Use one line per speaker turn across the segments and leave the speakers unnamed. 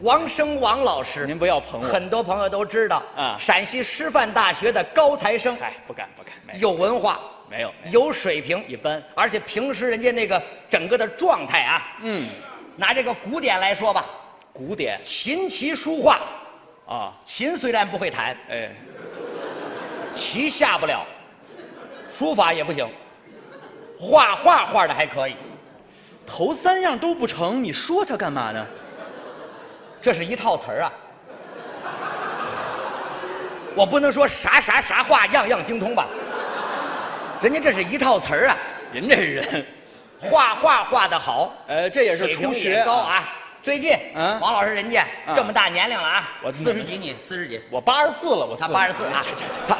王生王老师，
您不要捧我，
很多朋友都知道
啊
陕西师范大学的高材生，
嗨，不敢不敢，没有
有文化，
没有，没有
有水平，
一般，
而且平时人家那个整个的状态啊，
嗯，
拿这个古典来说吧，
古典
琴棋书画，
啊，
琴虽然不会弹，
哎，
棋下不了，书法也不行，画画画的还可以，
头三样都不成，你说他干嘛呢？
这是一套词儿啊。我不能说啥啥啥话样样精通吧，人家这是一套词儿啊。
您这人，
画画画的好，
呃，这也是
水平
初
也
学
高，啊。最近，
嗯
王老师人家
啊
这么大年龄了啊，
我
四十几你四十几，
我八十四了，我
他
四
八十四啊，他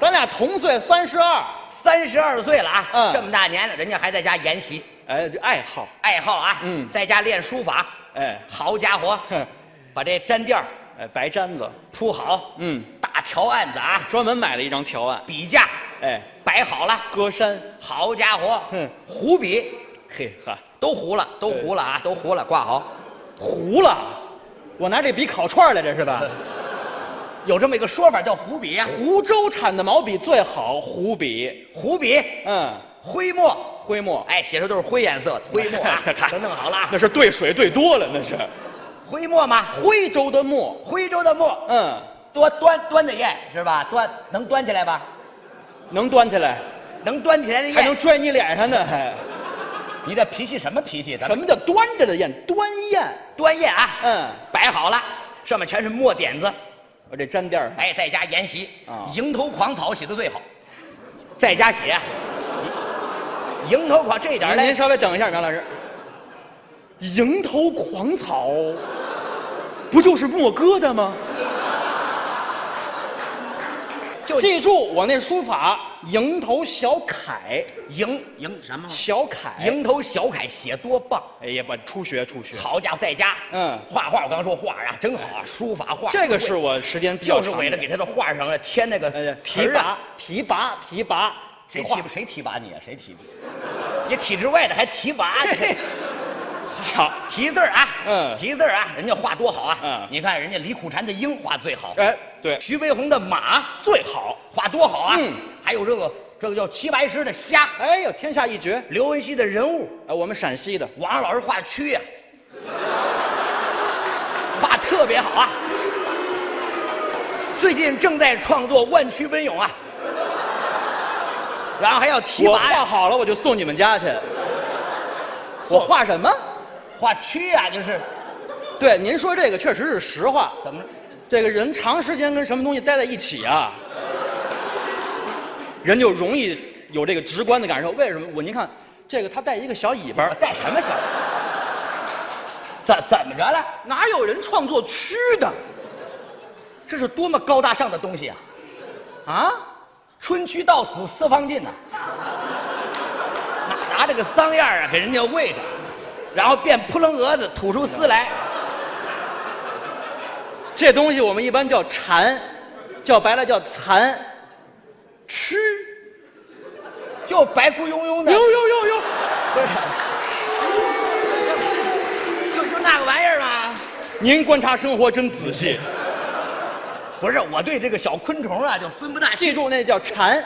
咱俩同岁三十二，
三十二岁了啊，
嗯
这么大年龄，人家还在家研习
哎，这爱好，
爱好啊，
嗯
在家练书法，
哎，
好家伙，
哼，
把这毡垫儿
哎，白毡子，
铺好，
嗯，
大条案子啊，
专门买了一张条案，
笔架
哎，
摆好了，
歌山，
好家伙
嗯，
糊笔
嘿哈，
都糊了，都糊了啊，都糊了，挂好，
糊了，我拿这笔烤串儿来着是 吧？
有这么一个说法叫糊笔啊，
湖州产的毛笔最好，湖笔，
糊笔
嗯，
灰墨。
徽墨，，
哎，写出都是灰颜色的灰墨 啊
看
都弄好了啊。
那是兑水兑多了，那是
灰墨嘛，
徽州的墨，
徽州的墨，
嗯，
多端端着砚是吧？端能端起来吧？
能端起来，
能端起来的
还能
砚，
拽你脸上呢，还
你这脾气什么脾气？咱
什
们
么叫端着的砚？端砚，
端砚啊，
嗯，
摆好了，上面全是墨点子。
我这粘垫儿，
哎，在家研习
啊
《蝇头狂草》写的最好，在家写《蝇头狂》这一点儿
您您
嘞，
稍微等一下，杨老师，蝇头狂草，不就是墨疙瘩吗？
就
记住我那书法，蝇头小楷，
蝇蝇什么
小楷，
蝇头小楷写多棒！
啊哎呀，不，初学初学，
好家伙，在家
嗯
画画，我刚说画啊，真好啊，书法画
这个是我时间比较
就是
长
为了
的
给他的画上了添那个
哎呀，
题
提
儿
拔
啊，
提拔提拔，
谁
画
提谁提拔你啊？谁提拔？你体制外的还提拔？
好？
提字儿啊，
嗯
提字儿啊，人家画多好啊！
嗯
你看人家李苦禅的鹰画最好，
哎，对，
徐悲鸿的马
最好。
画多好啊！
嗯
还有这个这个叫齐白石的虾，
哎呦，天下一绝！
刘文熙的人物，
哎，我们陕西的，
王老师画蛆呀、 画特别好啊！最近正在创作《万蛆奔涌》啊，然后还要提
我
拔呀、
画好了我就送你们家去。我画什么？
画蛆呀、就是
对，您说这个确实是实话。
怎么
这个人长时间跟什么东西待在一起啊，人就容易有这个直观的感受。为什么？我您看，这个他带一个小尾巴，
带什么小？怎怎么着了？
哪有人创作蛆的
这是多么高大上的东西啊！
啊？
春蛆到死丝方尽呐、拿拿这个桑叶儿啊给人家喂着，然后变扑棱蛾子吐出丝来。
这东西我们一般叫蝉，叫白了叫蚕，蛆。
就白咕庸庸的，
呦呦呦呦，
不是，就就那个玩意儿嘛。
您观察生活真仔细。
不是，我对这个小昆虫啊就分不大清，
记住那叫蝉，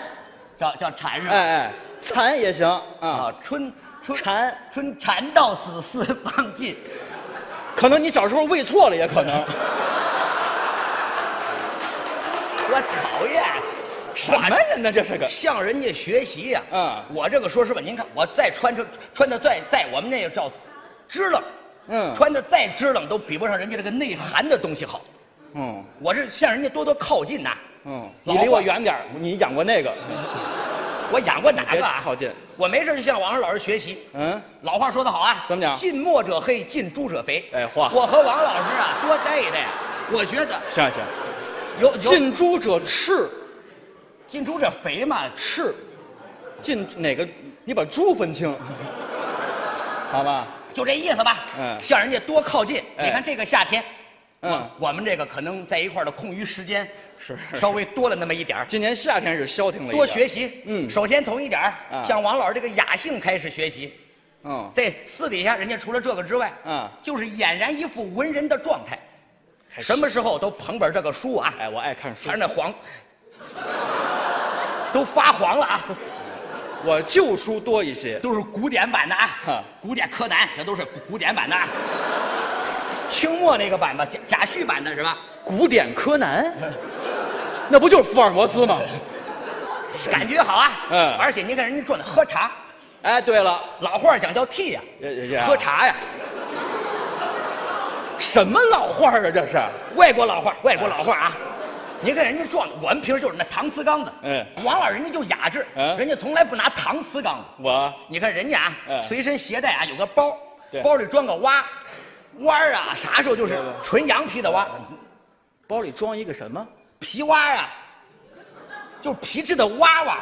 叫叫蝉是
哎
吧？
哎，蚕也行啊。
啊，春春
蝉
春蝉到死丝方尽，
可能你小时候喂错了，也可能。
我讨厌，啊
什么人呢？这是个
向人家学习呀、
啊
我这个说实话，您看我再穿成穿的再再我们那个叫支棱，
嗯
穿的再支棱都比不上人家这个内涵的东西好。
嗯
我这向人家多多靠近呐、
嗯，
老
你离我
话
远点儿你养过那个？
我养过哪
别
个啊？
靠近。
我没事就向王老师学习。
嗯，
老话说得好啊，
怎么讲
近墨者黑，近朱者肥。
哎话
我和王老师啊多待一待，我觉得
行行，
有有
近朱者赤，
近朱者肥嘛，
赤，近哪个？你把猪分 清，好吧？
就这意思吧。
嗯
向人家多靠近。
哎
你看这个夏天，
嗯，
我们这个可能在一块儿的空余时间
是
稍微多了那么一点儿，
今年夏天是消停了一点儿，
多学习。
嗯
首先从一点儿
啊
向王老师这个雅兴开始学习。
嗯
在私底下，人家除了这个之外，
嗯
就是俨然一副文人的状态，
还
什么时候都捧本这个书啊，
哎，我爱看书
全是，那黄，
哎
都发黄了啊，
我旧书多一些。
都是古典版的啊
哼，
古典柯南，这都是古古典版的啊，清末那个版吧，贾贾旭版的是吧？
古典柯南，那不就是福尔摩斯吗？
感觉好啊，
嗯
而且您看人家转的喝茶，
哎，对了，
老话讲叫替呀、
也也也啊
喝茶呀、
什么老话啊？这是？
外国老话，外国老话啊！你看人家撞，我们平时就是那搪瓷缸子。
嗯
王老人家就雅致，
嗯
人家从来不拿搪瓷缸子。
我
你看人家啊，
嗯
随身携带啊有个包
对，
包里装个蛙，蛙儿啊，啥时候就是纯羊皮的蛙，
包里装一个什么？
皮蛙啊，就是皮质的蛙蛙。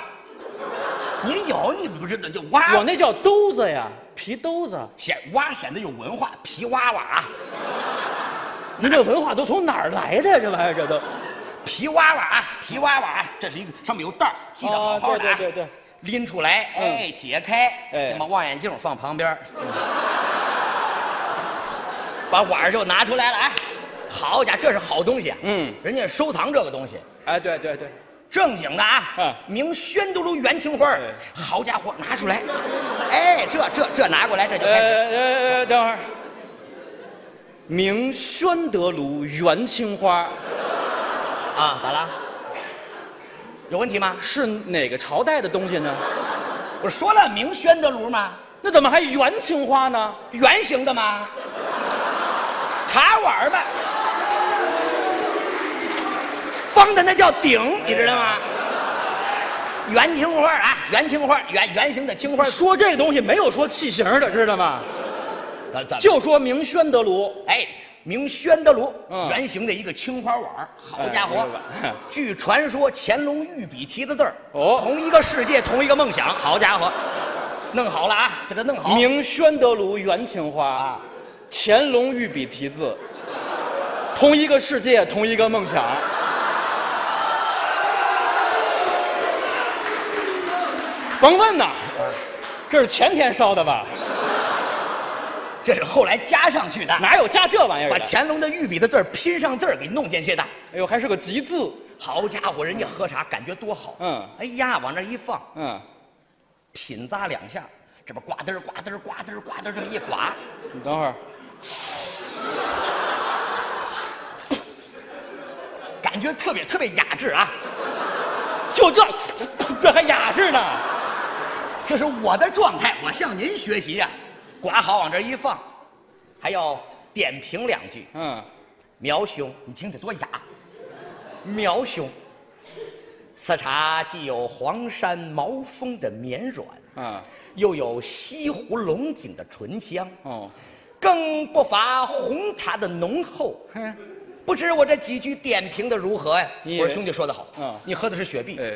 你有你不知道就蛙，
我那叫兜子呀，皮兜子。
显蛙显得有文化，皮蛙蛙啊，
您这文化都从哪儿来的呀？这玩意儿这都，
皮蛙蛙啊，皮蛙蛙啊，这是一个上面有袋儿，系得好好的啊。
哦对对对对嗯
拎出来，哎，解开，
哎
什么望远镜放旁边儿，嗯把碗儿就拿出来了，哎，好家伙，这是好东西，嗯
嗯，
人家收藏这个东西，
哎，对对对，
正经的啊
嗯，
明宣都楼元青花儿
哎，
好家伙，拿出来，哎，这这这拿过来，这就
呃
开始，
呃呃，等会儿。明宣德炉元青花
啊，咋了？有问题吗？
是哪个朝代的东西呢？
我说了明宣德炉吗？
那怎么还元青花呢？
圆形的吗？茶碗儿吧，方的那叫鼎，你知道吗？圆青花啊，圆青花，圆圆形的青花，
说这个东西没有说器型的，知道吗？
咱咱
就说明宣德炉，
哎，明宣德炉，
嗯
圆形的一个青花碗儿，好家伙
哎哎哎！
据传说乾隆御笔题的字儿，
哦
同一个世界，同一个梦想，好家伙，弄好了啊，这都弄好。
明宣德炉元青花
啊
乾隆御笔题字，同一个世界，同一个梦想。甭问呐，这是前天烧的吧？
这是后来加上去的，
哪有加这玩意儿
把
的？
乾隆的御笔的字儿拼上字儿，给弄进去的。
哎呦，还是个吉字。
好家伙，人家喝茶感觉多好。
嗯
哎呀，往那一放，
嗯，
品咂两下，这不呱嘚儿呱嘚儿呱嘚儿呱嘚儿这么一刮，
你等会儿，
感觉特别特别雅致啊！
就这，这还雅致呢。
这是我的状态，我向您学习呀、刮好往这一放，还要点评两句。
嗯，
苗兄，你听着多雅。苗兄，此茶既有黄山毛峰的绵软，
啊，
又有西湖龙井的醇香。
哦，
更不乏红茶的浓厚。
哼，
不知我这几句点评的如何呀、
你
我说兄弟说的好，
嗯
你喝的是雪碧，
哎，